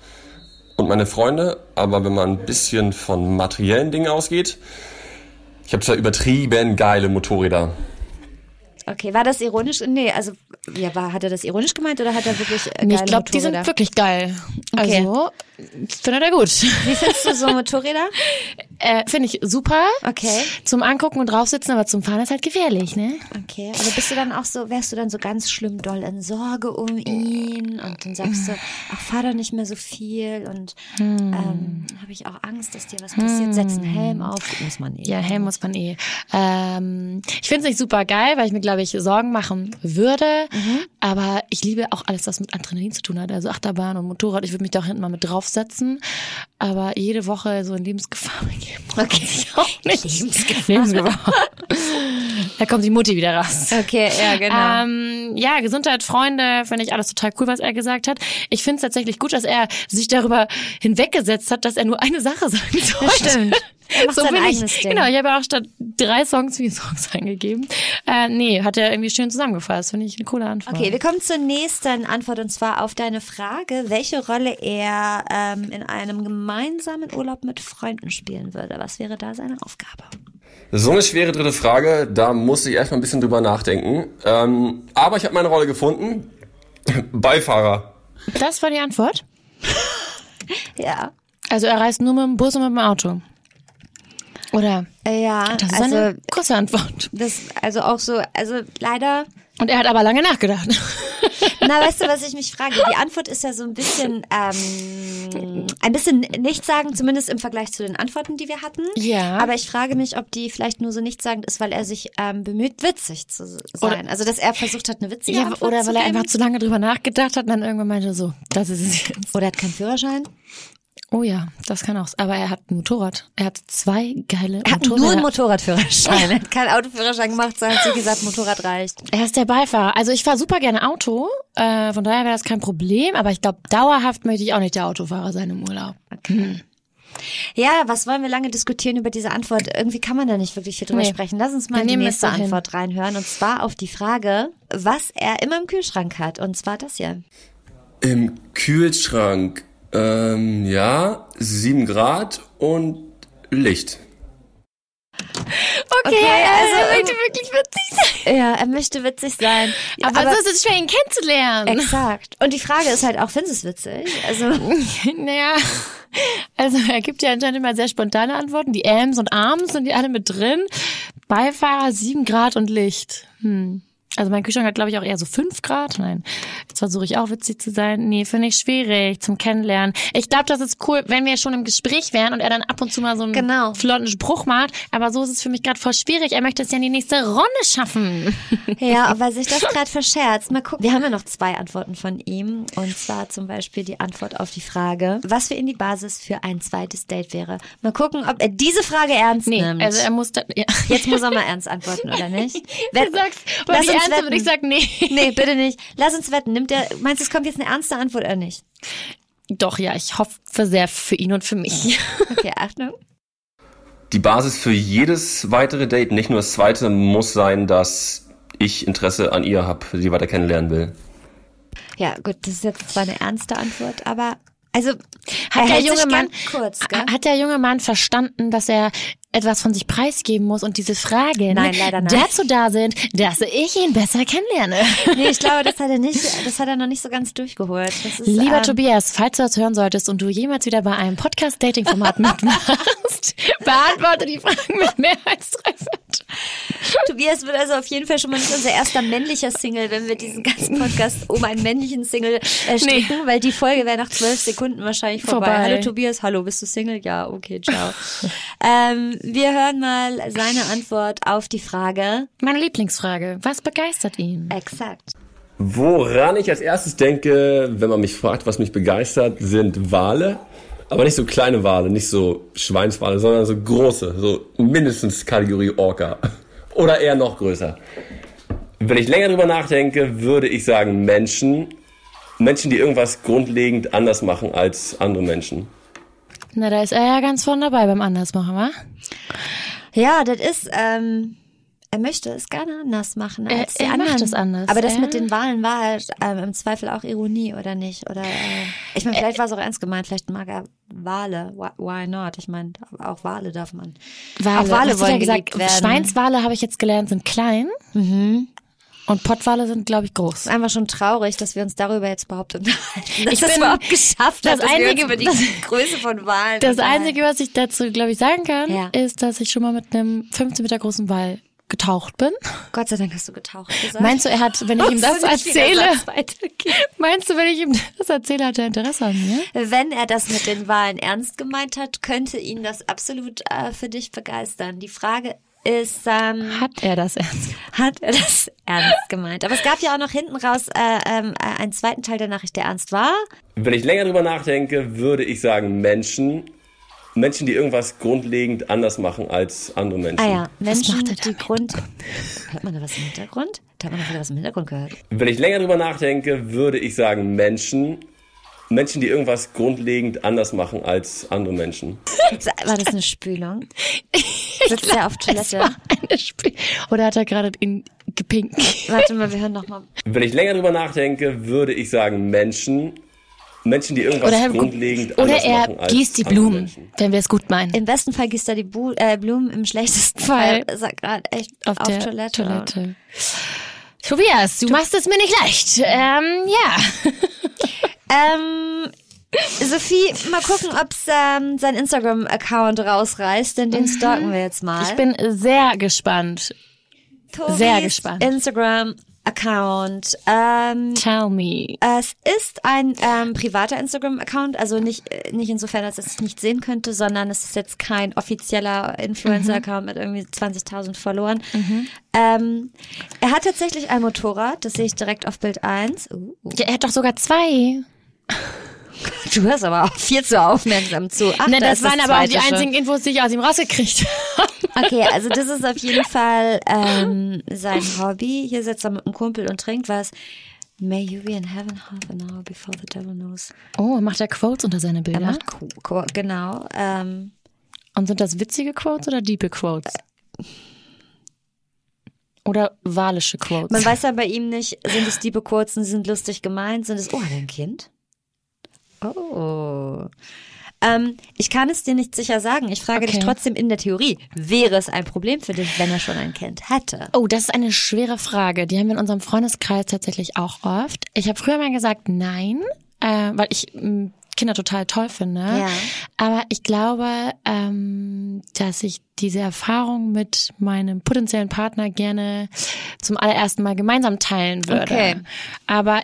G: und meine Freunde. Aber wenn man ein bisschen von materiellen Dingen ausgeht, ich habe zwei übertrieben geile Motorräder.
B: Okay, war das ironisch? Nee, also, ja, war, hat er das ironisch gemeint oder hat er wirklich äh,
C: Nee,
B: geile
C: ich glaube, die sind
B: Motorräder?
C: wirklich geil.
B: Okay.
C: Also, findet er gut.
B: Wie findest du so Motorräder?
C: Äh, Finde ich super.
B: Okay.
C: Zum Angucken und draufsitzen, aber zum Fahren ist halt gefährlich, ne?
B: Okay, aber bist du dann auch so, wärst du dann so ganz schlimm doll in Sorge um ihn und dann sagst du, ach, fahr doch nicht mehr so viel und
C: Hm.
B: ähm, habe ich auch Angst, dass dir was passiert, setz einen Helm auf, muss man eh.
C: Ja, Helm muss man eh. Ähm, ich finde es nicht super geil, weil ich mir, glaube ich, Sorgen machen würde.
B: Mhm.
C: Aber ich liebe auch alles, was mit Adrenalin zu tun hat. Also Achterbahn und Motorrad. Ich würde mich da auch hinten mal mit draufsetzen. Aber jede Woche so in Lebensgefahr begeben.
B: Okay.
C: Auch nicht. Lebensgefahr. Da kommt die Mutti wieder raus.
B: Okay, ja, genau.
C: Ähm, ja, Gesundheit, Freunde, finde ich alles total cool, was er gesagt hat. Ich finde es tatsächlich gut, dass er sich darüber hinweggesetzt hat, dass er nur eine Sache sagen sollte.
B: stimmt. Er macht sein
C: bin
B: eigenes
C: ich,
B: Ding.
C: Genau, ich habe ja auch statt drei Songs vier Songs angegeben. Äh, nee, hat er irgendwie schön zusammengefasst. Finde ich eine coole Antwort.
B: Okay, wir kommen zur nächsten Antwort und zwar auf deine Frage, welche Rolle er ähm, in einem gemeinsamen Urlaub mit Freunden spielen würde. Was wäre da seine Aufgabe?
G: So eine schwere dritte Frage, da muss ich erstmal ein bisschen drüber nachdenken. Ähm, aber ich habe meine Rolle gefunden. Beifahrer.
C: Das war die Antwort.
B: Ja.
C: Also er reist nur mit dem Bus und mit dem Auto. Oder?
B: Ja,
C: Das ist
B: also
C: eine kurze Antwort.
B: das also auch so, also leider
C: Und er hat aber lange nachgedacht.
B: Na, weißt du, was ich mich frage? Die Antwort ist ja so ein bisschen, ähm, ein bisschen nichts sagen, zumindest im Vergleich zu den Antworten, die wir hatten.
C: Ja.
B: Aber ich frage mich, ob die vielleicht nur so nichtssagend ist, weil er sich ähm, bemüht, witzig zu sein. also, dass er versucht hat, eine witzige
C: Ja,
B: Antwort
C: oder
B: zu
C: weil er
B: geben.
C: einfach zu lange drüber nachgedacht hat und dann irgendwann meinte so, das ist es jetzt.
B: Oder er hat keinen Führerschein.
C: Oh ja, das kann auch. Aber er hat ein Motorrad. Er hat zwei geile
B: Er hat
C: Motorräder.
B: nur einen Motorradführerschein. Er hat keinen Autoführerschein gemacht, sondern hat sich gesagt, Motorrad reicht.
C: er ist der Beifahrer. Also ich fahre super gerne Auto. Äh, von daher wäre das kein Problem. Aber ich glaube, dauerhaft möchte ich auch nicht der Autofahrer sein im Urlaub.
B: Ja, was wollen wir lange diskutieren über diese Antwort? Irgendwie kann man da nicht wirklich viel drüber
C: Nee.
B: sprechen. Lass uns mal
C: Wir
B: in die
C: nehmen es
B: nächste
C: so hin.
B: Antwort reinhören. Und zwar auf die Frage, was er immer im Kühlschrank hat. Und zwar das hier.
G: Im Kühlschrank. Ähm, ja, 7 Grad und Licht.
C: Okay,
B: also, ähm,
C: wirklich witzig sein.
B: Ja, er möchte witzig sein.
C: Aber, es ist schwer, ihn kennenzulernen.
B: Exakt. Und die Frage ist halt auch, findest du es witzig? Also,
C: Naja, also er gibt ja anscheinend immer sehr spontane Antworten. Die Ms und Arms sind die alle mit drin. Beifahrer, 7 Grad und Licht. Hm. Also mein Kühlschrank hat, glaube ich, auch eher so 5 Grad. Nein, jetzt versuche ich auch witzig zu sein. Nee, finde ich schwierig zum Kennenlernen. Ich glaube, das ist cool, wenn wir schon im Gespräch wären und er dann ab und zu mal so einen
B: Genau.
C: flotten Spruch macht. Aber so ist es für mich gerade voll schwierig. Er möchte es ja in die nächste Runde schaffen.
B: ja, weil sich das gerade verscherzt. Mal gucken. Wir haben ja noch zwei Antworten von ihm. Und zwar zum Beispiel die Antwort auf die Frage, was für ihn die Basis für ein zweites Date wäre. Mal gucken, ob er diese Frage ernst
C: Nee,
B: nimmt.
C: also er muss dann... Ja.
B: Jetzt muss er mal ernst antworten, oder nicht?
C: Du sagst, weil ich ernst bin und ich sag nee.
B: Nee, bitte nicht. Lass uns wetten. Nimmt der, meinst du, es kommt jetzt eine ernste Antwort oder nicht?
C: Doch, ja, ich hoffe sehr für ihn und für mich.
B: Okay, Achtung.
G: Die Basis für jedes weitere Date, nicht nur das zweite, muss sein, dass ich Interesse an ihr habe, sie weiter kennenlernen will.
B: Ja, gut, das ist jetzt zwar eine ernste Antwort, aber also
C: Hat
B: er
C: der
B: hält
C: junge
B: sich
C: Mann Ah,
B: ganz kurz, gell?
C: hat der junge Mann verstanden, dass er etwas von sich preisgeben muss und diese Fragen
B: Nein, leider nicht.
C: dazu da sind, dass ich ihn besser kennenlerne.
B: Nee, ich glaube, das hat er nicht, das hat er noch nicht so ganz durchgeholt. Das ist,
C: Lieber
B: ähm,
C: Tobias, falls du das hören solltest und du jemals wieder bei einem Podcast-Dating-Format mitmachst, beantworte die Fragen mit mehr als drei Wörtern.
B: Tobias wird also auf jeden Fall schon mal nicht unser erster männlicher Single, wenn wir diesen ganzen Podcast um einen männlichen Single äh, stricken, weil die Folge wäre nach zwölf Sekunden wahrscheinlich vorbei.
C: Vorbei.
B: Hallo Tobias, hallo, bist du Single? Ja, okay, ciao. ähm, wir hören mal seine Antwort auf die Frage.
C: Meine Lieblingsfrage, was begeistert ihn?
B: Exakt.
G: Woran ich als erstes denke, wenn man mich fragt, was mich begeistert, sind Wale. Aber nicht so kleine Wale, nicht so Schweinswale, sondern so große, so mindestens Kategorie Orca. Oder eher noch größer. Wenn ich länger drüber nachdenke, würde ich sagen Menschen. Menschen, die irgendwas grundlegend anders machen als andere Menschen.
C: Na, da ist er ja ganz vorne dabei beim Andersmachen, wa?
B: Ja, das ist, ähm, er möchte es gerne anders machen als die
C: er macht
B: anderen.
C: es anders,
B: Aber das
C: ja.
B: mit den Wahlen war halt ähm, im Zweifel auch Ironie, oder nicht? Oder äh, ich meine, vielleicht war es auch ernst gemeint, vielleicht mag er Wale. Why, why not? Ich meine, auch Wale darf man. Auch Wale
C: Hast du da
B: wollen
C: gesagt,
B: gelegt werden. Mhm.
C: Schweinswale habe ich jetzt gelernt, sind klein. Und Pottwale sind, glaube ich, groß.
B: ist einfach schon traurig, dass wir uns darüber jetzt überhaupt unterhalten. Dass
C: Ich
B: das
C: bin-
B: überhaupt geschafft
C: das
B: hat, dass
C: einzige-
B: wir uns über die
C: das-
B: Größe von Wahlen.
C: Das Einzige, was ich dazu, glaube ich, sagen kann,
B: Ja.
C: ist, dass ich schon mal mit einem 15 Meter großen Wal getaucht bin.
B: Gott sei Dank hast du getaucht gesagt.
C: Meinst du, er hat, wenn ich ihm das
B: So nicht wieder
C: erzähle,
B: Satz weitergehen.
C: meinst du, wenn ich ihm das erzähle, hat er Interesse an mir?
B: Wenn er das mit den Wahlen ernst gemeint hat, könnte ihn das absolut äh, für dich begeistern. Die Frage ist, ähm,
C: Hat er das ernst?
B: hat er das ernst gemeint? Aber es gab ja auch noch hinten raus äh, ähm, äh, einen zweiten Teil der Nachricht, der ernst war.
G: Wenn ich länger drüber nachdenke, würde ich sagen Menschen. Menschen, die irgendwas grundlegend anders machen als andere Menschen.
B: Ah ja, Menschen,
C: macht er
B: die Grund... Hört man da was im Hintergrund? Da hat man noch wieder was im Hintergrund gehört.
G: Wenn ich länger drüber nachdenke, würde ich sagen Menschen. Menschen, die irgendwas grundlegend anders machen als andere Menschen.
B: War das eine Spülung? Sitzt er auf Toilette?
C: Eine Spie Oder hat er gerade ihn gepinkt?
B: Warte mal, wir hören nochmal.
G: Wenn ich länger drüber nachdenke, würde ich sagen Menschen. Menschen, die irgendwas
C: Oder er,
G: grundlegend
C: oder
G: anders
C: er
G: machen als
C: gießt die
G: andere
C: Blumen,
G: Menschen.
C: wenn wir es gut meinen.
B: Im besten Fall gießt er die Bu äh, Blumen, im schlechtesten Fall ist er gerade echt auf,
C: der
B: Toilette.
C: Toilette. Tobias, du, machst es mir nicht leicht. Ähm, ja.
B: Ähm, Sophie, mal gucken, ob's ähm, sein Instagram-Account rausreißt, denn den stalken wir jetzt mal.
C: Ich bin sehr gespannt.
B: Tobis
C: sehr gespannt.
B: Instagram-Account. Ähm,
C: Tell me.
B: es ist ein ähm, privater Instagram-Account, also nicht, äh, nicht insofern, als dass ich es nicht sehen könnte, sondern es ist jetzt kein offizieller Influencer-Account mit irgendwie 20.000 Followern. Ähm, er hat tatsächlich ein Motorrad, das sehe ich direkt auf Bild 1. Uh,
C: Ja, er hat doch sogar zwei.
B: du hörst aber auch viel zu aufmerksam zu. Ach,
C: Ne,
B: da
C: das,
B: ist
C: waren
B: das
C: aber auch die
B: zweite schon.
C: einzigen Infos, die ich aus ihm rausgekriegt habe.
B: Okay, also das ist auf jeden Fall ähm, sein Hobby. Hier sitzt er mit einem Kumpel und trinkt was. May you be in heaven half an hour before the devil knows.
C: Oh, macht er Quotes unter seine
B: Er
C: Bilder?
B: macht Co Co genau. Ähm,
C: Und sind das witzige Quotes oder diebe Quotes? Oder walische Quotes?
B: man weiß ja bei ihm nicht, sind es Diebe kurzen, sind lustig gemeint, sind es. Oh, hat er ein Kind? Oh. Ähm, ich kann es dir nicht sicher sagen. Ich frage
C: Okay.
B: dich trotzdem in der Theorie. Wäre es ein Problem für dich, wenn er schon ein Kind hätte?
C: Oh, das ist eine schwere Frage. Die haben wir in unserem Freundeskreis tatsächlich auch oft. Ich habe früher mal gesagt, nein, äh, weil ich m, Kinder total toll finde.
B: Ja.
C: Aber ich glaube, ähm, dass ich diese Erfahrung mit meinem potenziellen Partner gerne zum allerersten Mal gemeinsam teilen würde.
B: Okay.
C: Aber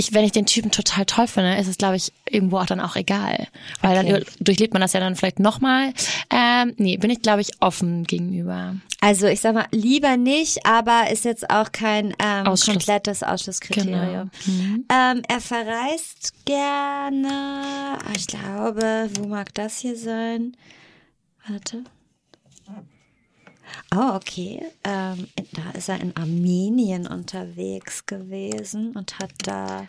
C: ich, wenn ich den Typen total toll finde, ist es, glaube ich, irgendwo auch dann auch egal. Weil
B: Okay.
C: dann durchlebt man das ja dann vielleicht nochmal. Ähm, nee, bin ich, glaube ich, offen gegenüber.
B: Also ich sag mal, lieber nicht, aber ist jetzt auch kein ähm,
C: Ausschluss.
B: komplettes Ausschlusskriterium. Ähm, er verreist gerne, Ah, ich glaube, wo mag das hier sein? Warte. Oh, okay. Ähm, da ist er in Armenien unterwegs gewesen und hat da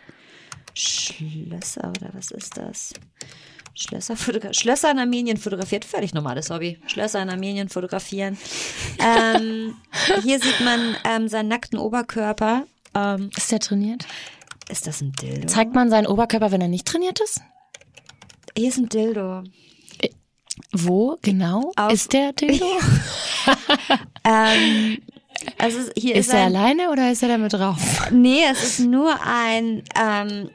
B: Schlösser oder was ist das? Schlösser, fotogra- Schlösser in Armenien fotografiert, völlig normales Hobby. Schlösser in Armenien fotografieren. ähm, hier sieht man ähm, seinen nackten Oberkörper. Ähm,
C: Ist der trainiert?
B: ist das ein Dildo?
C: Zeigt man seinen Oberkörper, wenn er nicht trainiert ist?
B: Hier ist ein Dildo.
C: Wo genau
B: Auf-
C: ist der Dildo?
B: Ähm, also hier ist,
C: ist er
B: ein,
C: alleine oder ist er damit drauf?
B: Nee, es ist nur ein, ähm,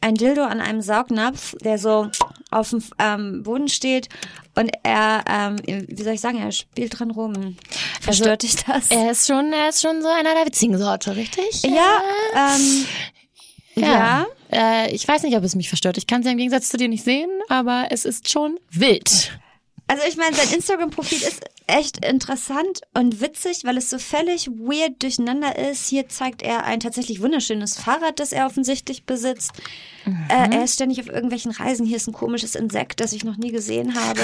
B: ein Dildo an einem Saugnapf, der so auf dem ähm, Boden steht und er, ähm, wie soll ich sagen, er spielt dran rum. Also Verstört dich das?
C: Er ist schon, er ist schon so einer der witzigen Sorte, richtig?
B: ja, ähm, ja.
C: Äh, ich weiß nicht, ob es mich verstört. Ich kann es ja im Gegensatz zu dir nicht sehen, aber es ist schon wild.
B: Also ich meine, sein Instagram-Profil ist echt interessant und witzig, weil es so völlig weird durcheinander ist. Hier zeigt er ein tatsächlich wunderschönes Fahrrad, das er offensichtlich besitzt.
C: Mhm.
B: Äh, er ist ständig auf irgendwelchen Reisen. Hier ist ein komisches Insekt, das ich noch nie gesehen habe.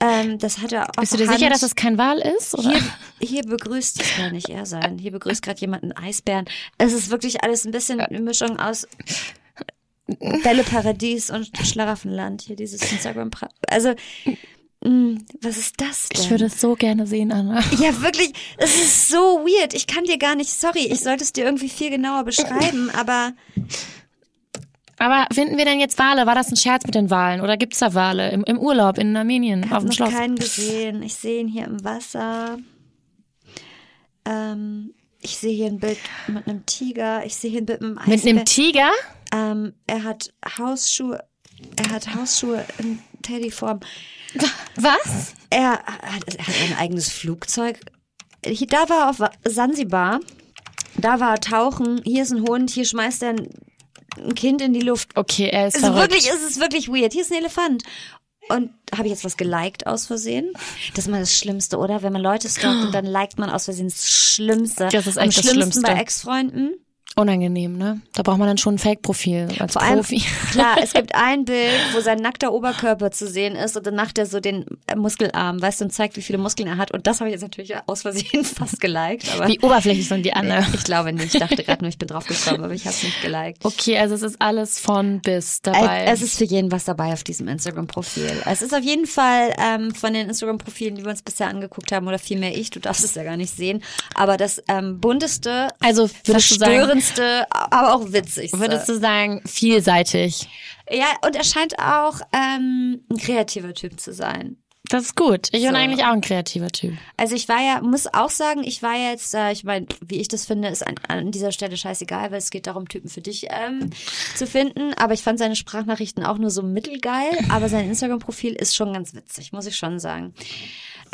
B: Ähm, das hat er auch.
C: Bist du dir sicher, dass das kein Wal ist? Oder?
B: hier, hier begrüßt, das kann nicht er sein, hier begrüßt gerade jemand einen Eisbären. Es ist wirklich alles ein bisschen eine Mischung aus Bälle Paradies und Schlaraffenland. Hier dieses Instagram. Also, mh, was ist das denn?
C: Ich würde es so gerne sehen, Anna.
B: ja, wirklich, es ist so weird. Ich kann dir gar nicht, sorry, ich sollte es dir irgendwie viel genauer beschreiben, aber
C: Aber finden wir denn jetzt Wale? War das ein Scherz mit den Walen? Oder gibt's da Wale im, im Urlaub in Armenien
B: ich
C: auf
B: habe
C: dem
B: noch
C: Schloss?
B: keinen gesehen. Ich sehe ihn hier im Wasser. Ähm, ich sehe hier ein Bild mit einem Tiger. Ich sehe hier ein Bild mit einem Eisbär.
C: mit einem Tiger?
B: Ähm, er hat Hausschuhe. Er hat Hausschuhe in Teddyform.
C: Was?
B: Er hat, er hat ein eigenes Flugzeug. Hier- Da war er auf Wa- Sansibar. Da war er tauchen. Hier ist ein Hund. Hier schmeißt er ein, ein Kind in die Luft.
C: Okay, er ist
B: Es ist
C: verrückt.
B: wirklich, es ist wirklich weird. Hier ist ein Elefant. Und habe ich jetzt was geliked aus Versehen? Das ist mal das Schlimmste, oder? Wenn man Leute stalkt und dann liked man aus Versehen das Schlimmste.
C: Das ist
B: Am
C: echt das
B: schlimmsten
C: Schlimmste.
B: bei Ex-Freunden.
C: Unangenehm, ne? Da braucht man dann schon ein Fake-Profil als
B: Vor allem,
C: Profi.
B: klar, es gibt ein Bild, wo sein nackter Oberkörper zu sehen ist und dann macht er so den äh, Muskelarm, weißt du, und zeigt, wie viele Muskeln er hat. Und das habe ich jetzt natürlich aus Versehen fast geliked. Aber
C: Wie oberflächlich von dir, Anne.
B: Ich glaube nicht. Ich dachte gerade nur, ich bin draufgekommen, aber ich habe es nicht geliked.
C: Okay, also es ist alles von bis dabei.
B: Äh, Es ist für jeden was dabei auf diesem Instagram-Profil. Es ist auf jeden Fall ähm, von den Instagram-Profilen, die wir uns bisher angeguckt haben, oder vielmehr ich, du darfst es ja gar nicht sehen, aber das ähm, bunteste,
C: also würdest du sagen,
B: verstörendste, aber auch witzigste.
C: würdest du sagen, vielseitig.
B: ja, und er scheint auch ähm, ein kreativer Typ zu sein.
C: Das ist gut. Ich bin
B: So.
C: eigentlich auch ein kreativer Typ.
B: Also ich war ja, muss auch sagen, ich war jetzt, äh, ich meine, wie ich das finde, ist an, an dieser Stelle scheißegal, weil es geht darum, Typen für dich ähm, zu finden. Aber ich fand seine Sprachnachrichten auch nur so mittelgeil, aber sein Instagram-Profil ist schon ganz witzig, muss ich schon sagen.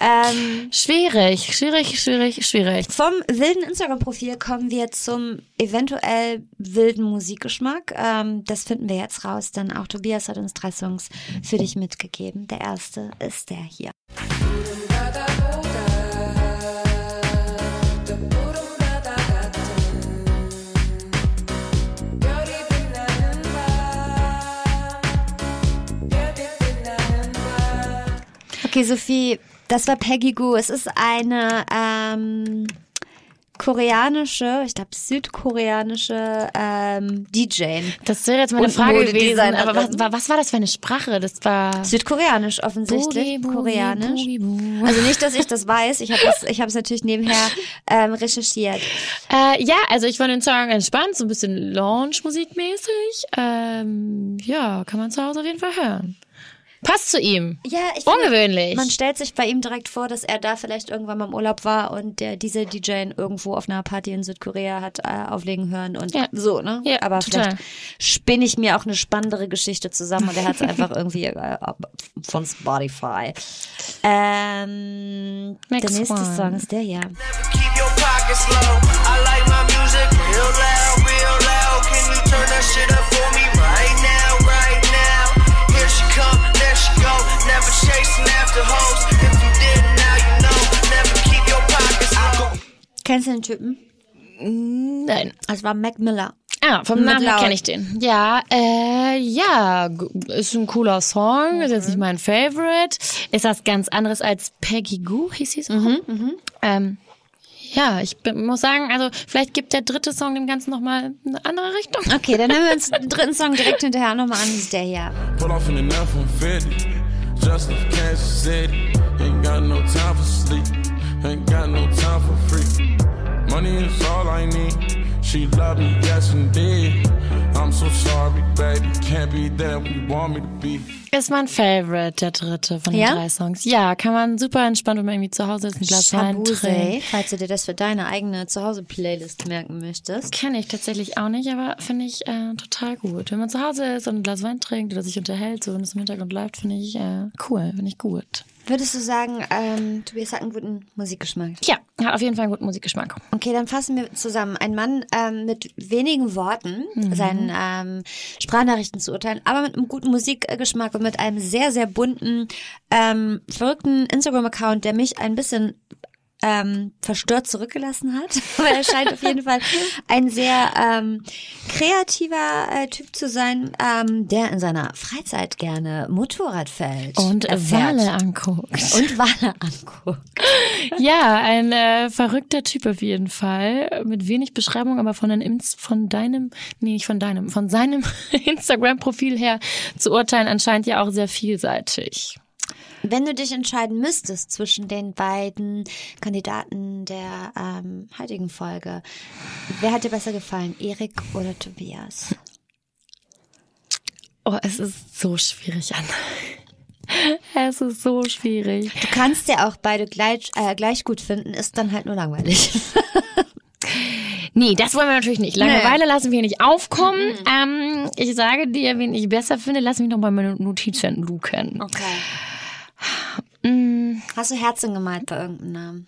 B: Ähm,
C: Schwierig, schwierig, schwierig, schwierig.
B: vom wilden Instagram-Profil kommen wir zum eventuell wilden Musikgeschmack. Ähm, das finden wir jetzt raus, denn auch Tobias hat uns drei Songs für dich mitgegeben. Der erste ist der hier. Okay, Sophie, das war Peggy Goo. Es ist eine ähm, koreanische, ich glaube südkoreanische ähm, DJ.
C: Das wäre jetzt meine
B: Und
C: Frage gewesen,
B: Modedesign.
C: aber was, wa- was war das für eine Sprache? Das war
B: Südkoreanisch offensichtlich,
C: Boogie, Boogie,
B: koreanisch.
C: Boogie, Boo.
B: Also nicht, dass ich das weiß. Ich habe es ich hab's natürlich nebenher ähm, recherchiert.
C: äh, ja, also ich fand den Song entspannt, so ein bisschen Lounge-Musikmäßig. Ähm, ja, kann man zu Hause auf jeden Fall hören. Passt zu ihm.
B: Ja, ich finde,
C: Ungewöhnlich.
B: Man stellt sich bei ihm direkt vor, dass er da vielleicht irgendwann mal im Urlaub war und der dieser DJ ihn irgendwo auf einer Party in Südkorea hat äh, auflegen hören und
C: Ja.
B: so, ne?
C: Ja,
B: Aber
C: total.
B: vielleicht spinne ich mir auch eine spannendere Geschichte zusammen und er hat es einfach irgendwie äh, ab- von Spotify. Ähm, der
C: Next
B: nächste
C: one.
B: Song ist der hier.
H: Keep your pockets low. I like my music real loud, real loud. Can you turn that shit up for me right now, right now? Here she come, there she go. Never chasing after hoes. If you didn't, now you know. Never keep your pockets low.
B: Kennst du den Typen?
C: Nein.
B: Das war Mac Miller.
C: Ah, vom Namen her
B: Laut.
C: kenne ich den. Ja, äh, ja, g- ist ein cooler Song, ist jetzt nicht mein Favorite. Ist was ganz anderes als Peggy Goo, hieß sie so?
B: Mhm,
C: Ähm, ja, ich bin, muss sagen, also vielleicht gibt der dritte Song dem Ganzen nochmal eine andere Richtung.
B: Okay, dann hören wir uns den dritten Song direkt hinterher nochmal an. Das ist der hier.
I: Pull off in the 950. Just left Kansas City. Ain't got no time for sleep. Ain't got no time for free. Money is all I need. She love me, yes indeed. I'm so sorry, baby. Can't be there when you want me to be.
C: Ist mein Favorite, der dritte von den
B: Ja?
C: drei Songs. Ja, kann man super entspannt, wenn man irgendwie zu Hause ist, ein Glas Wein
B: Shabuse,
C: trinkt.
B: falls du dir das für deine eigene Zuhause-Playlist merken möchtest.
C: Kenne ich tatsächlich auch nicht, aber finde ich äh, total gut. Wenn man zu Hause ist und ein Glas Wein trinkt oder sich unterhält, so wenn es im Hintergrund läuft, finde ich äh, cool, finde ich gut.
B: Würdest du sagen, ähm, Tobias hat einen guten Musikgeschmack?
C: Ja, hat auf jeden Fall einen guten Musikgeschmack.
B: Okay, dann fassen wir zusammen. Ein Mann ähm, mit wenigen Worten,
C: Mhm.
B: seinen ähm, Sprachnachrichten zu urteilen, aber mit einem guten Musikgeschmack und mit einem sehr, sehr bunten, ähm, verrückten Instagram-Account, der mich ein bisschen ähm, verstört zurückgelassen hat. Aber er scheint auf jeden Fall ein sehr ähm, kreativer äh, Typ zu sein, ähm, der in seiner Freizeit gerne Motorrad fällt.
C: Und
B: Er
C: äh,
B: fährt.
C: Wale anguckt.
B: Und Wale anguckt.
C: ja, ein äh, verrückter Typ auf jeden Fall. Mit wenig Beschreibung, aber von, einem, Ins- von deinem, nee, nicht von deinem, von seinem Instagram-Profil her zu urteilen, anscheinend ja auch sehr vielseitig.
B: Wenn du dich entscheiden müsstest zwischen den beiden Kandidaten der ähm, heutigen Folge, wer hat dir besser gefallen, Erik oder Tobias?
C: Oh, es ist so schwierig, Anna. Es ist so schwierig.
B: Du kannst ja auch beide gleich, äh, gleich gut finden, ist dann halt nur langweilig.
C: Nee, das wollen wir natürlich nicht. Langeweile lassen wir nicht aufkommen. Ähm, ich sage dir, wen ich besser finde, lass mich noch mal meine Notizen luken.
B: Okay. Mm. Hast du Herzchen gemalt bei irgendeinem Namen?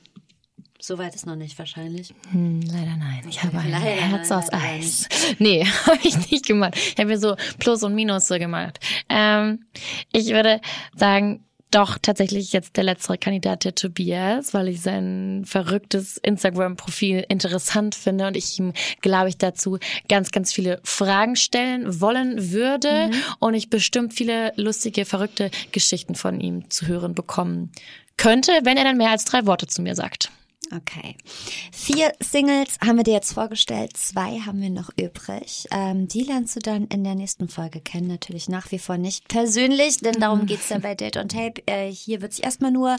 B: So weit ist noch nicht wahrscheinlich.
C: Leider nein. Ich habe ein
B: Leider nein,
C: Herz aus
B: leider nein.
C: Eis. Nee, habe ich nicht gemacht. Ich habe mir so Plus und Minus so gemacht. Ähm, ich würde sagen, doch tatsächlich jetzt der letztere Kandidat, der Tobias, weil ich sein verrücktes Instagram-Profil interessant finde und ich ihm, glaube ich, dazu ganz, ganz viele Fragen stellen wollen würde
B: Mhm.
C: und ich bestimmt viele lustige, verrückte Geschichten von ihm zu hören bekommen könnte, wenn er dann mehr als drei Worte zu mir sagt.
B: Okay. Vier Singles haben wir dir jetzt vorgestellt, zwei haben wir noch übrig. Ähm, die lernst du dann in der nächsten Folge kennen, natürlich nach wie vor nicht persönlich, denn
C: Mhm.
B: darum geht's dann bei Date on Tape. Äh, hier wird sich erstmal nur,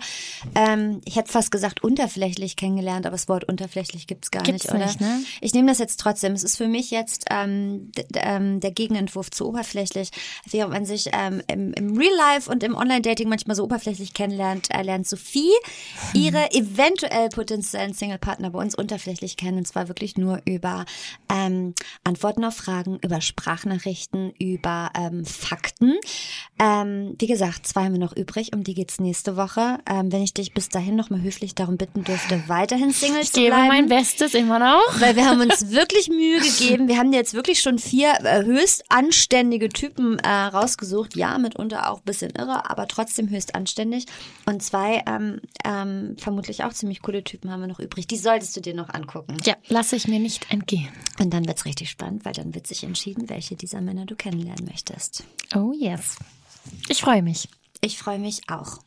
B: ähm, ich hätte fast gesagt, unterflächlich kennengelernt, aber das Wort unterflächlich gibt's gar
C: Gibt's
B: nicht, oder?
C: nicht, ne?
B: Ich nehme das jetzt trotzdem. Es ist für mich jetzt ähm, d- d- ähm, der Gegenentwurf zu oberflächlich. Während man sich ähm, im, im Real Life und im Online-Dating manchmal so oberflächlich kennenlernt, äh, lernt Sophie ihre eventuell potenziellen Single-Partner bei uns unterflächlich kennen. Und zwar wirklich nur über ähm, Antworten auf Fragen, über Sprachnachrichten, über ähm, Fakten. Ähm, wie gesagt, zwei haben wir noch übrig. Um die geht's nächste Woche. Ähm, wenn ich dich bis dahin nochmal höflich darum bitten dürfte, weiterhin Single
C: Ich
B: zu
C: gebe
B: bleiben.
C: mein Bestes immer noch.
B: Weil wir haben uns wirklich Mühe gegeben. Wir haben dir jetzt wirklich schon vier äh, höchst anständige Typen äh, rausgesucht. Ja, mitunter auch ein bisschen irre, aber trotzdem höchst anständig. Und zwei ähm, ähm, vermutlich auch ziemlich coole Typen haben wir noch übrig. Die solltest du dir noch angucken.
C: Ja, lasse ich mir nicht entgehen.
B: Und dann wird's richtig spannend, weil dann wird sich entschieden, welche dieser Männer du kennenlernen möchtest.
C: Oh yes. Ich freue mich.
B: Ich freue mich auch.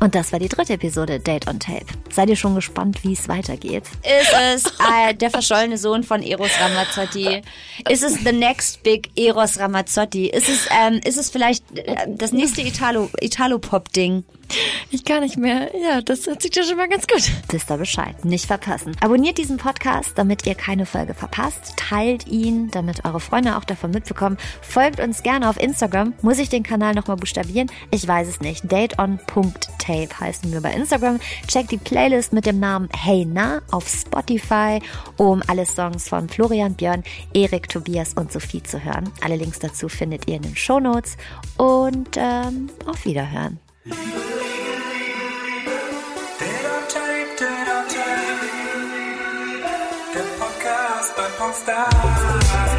B: Und das war die dritte Episode Date on Tape. Seid ihr schon gespannt, wie es weitergeht? Ist es äh, der verschollene Sohn von Eros Ramazzotti? Ist es the next big Eros Ramazzotti? Ist es, ähm, ist es vielleicht äh, das nächste Italo- Italo-Pop-Ding?
C: Ich kann nicht mehr. Ja, das hört sich ja schon mal ganz gut.
B: Wisst ihr Bescheid, nicht verpassen. Abonniert diesen Podcast, damit ihr keine Folge verpasst. Teilt ihn, damit eure Freunde auch davon mitbekommen. Folgt uns gerne auf Instagram. Muss ich den Kanal nochmal buchstabieren? Ich weiß es nicht. Dateon.tape heißen wir bei Instagram. Checkt die Playlist mit dem Namen Hey Na auf Spotify, um alle Songs von Florian Björn, Erik Tobias und Sophie zu hören. Alle Links dazu findet ihr in den Shownotes. Und ähm, auf Wiederhören.
A: Did I tape? Did I tape? Der Podcast bei Popstar.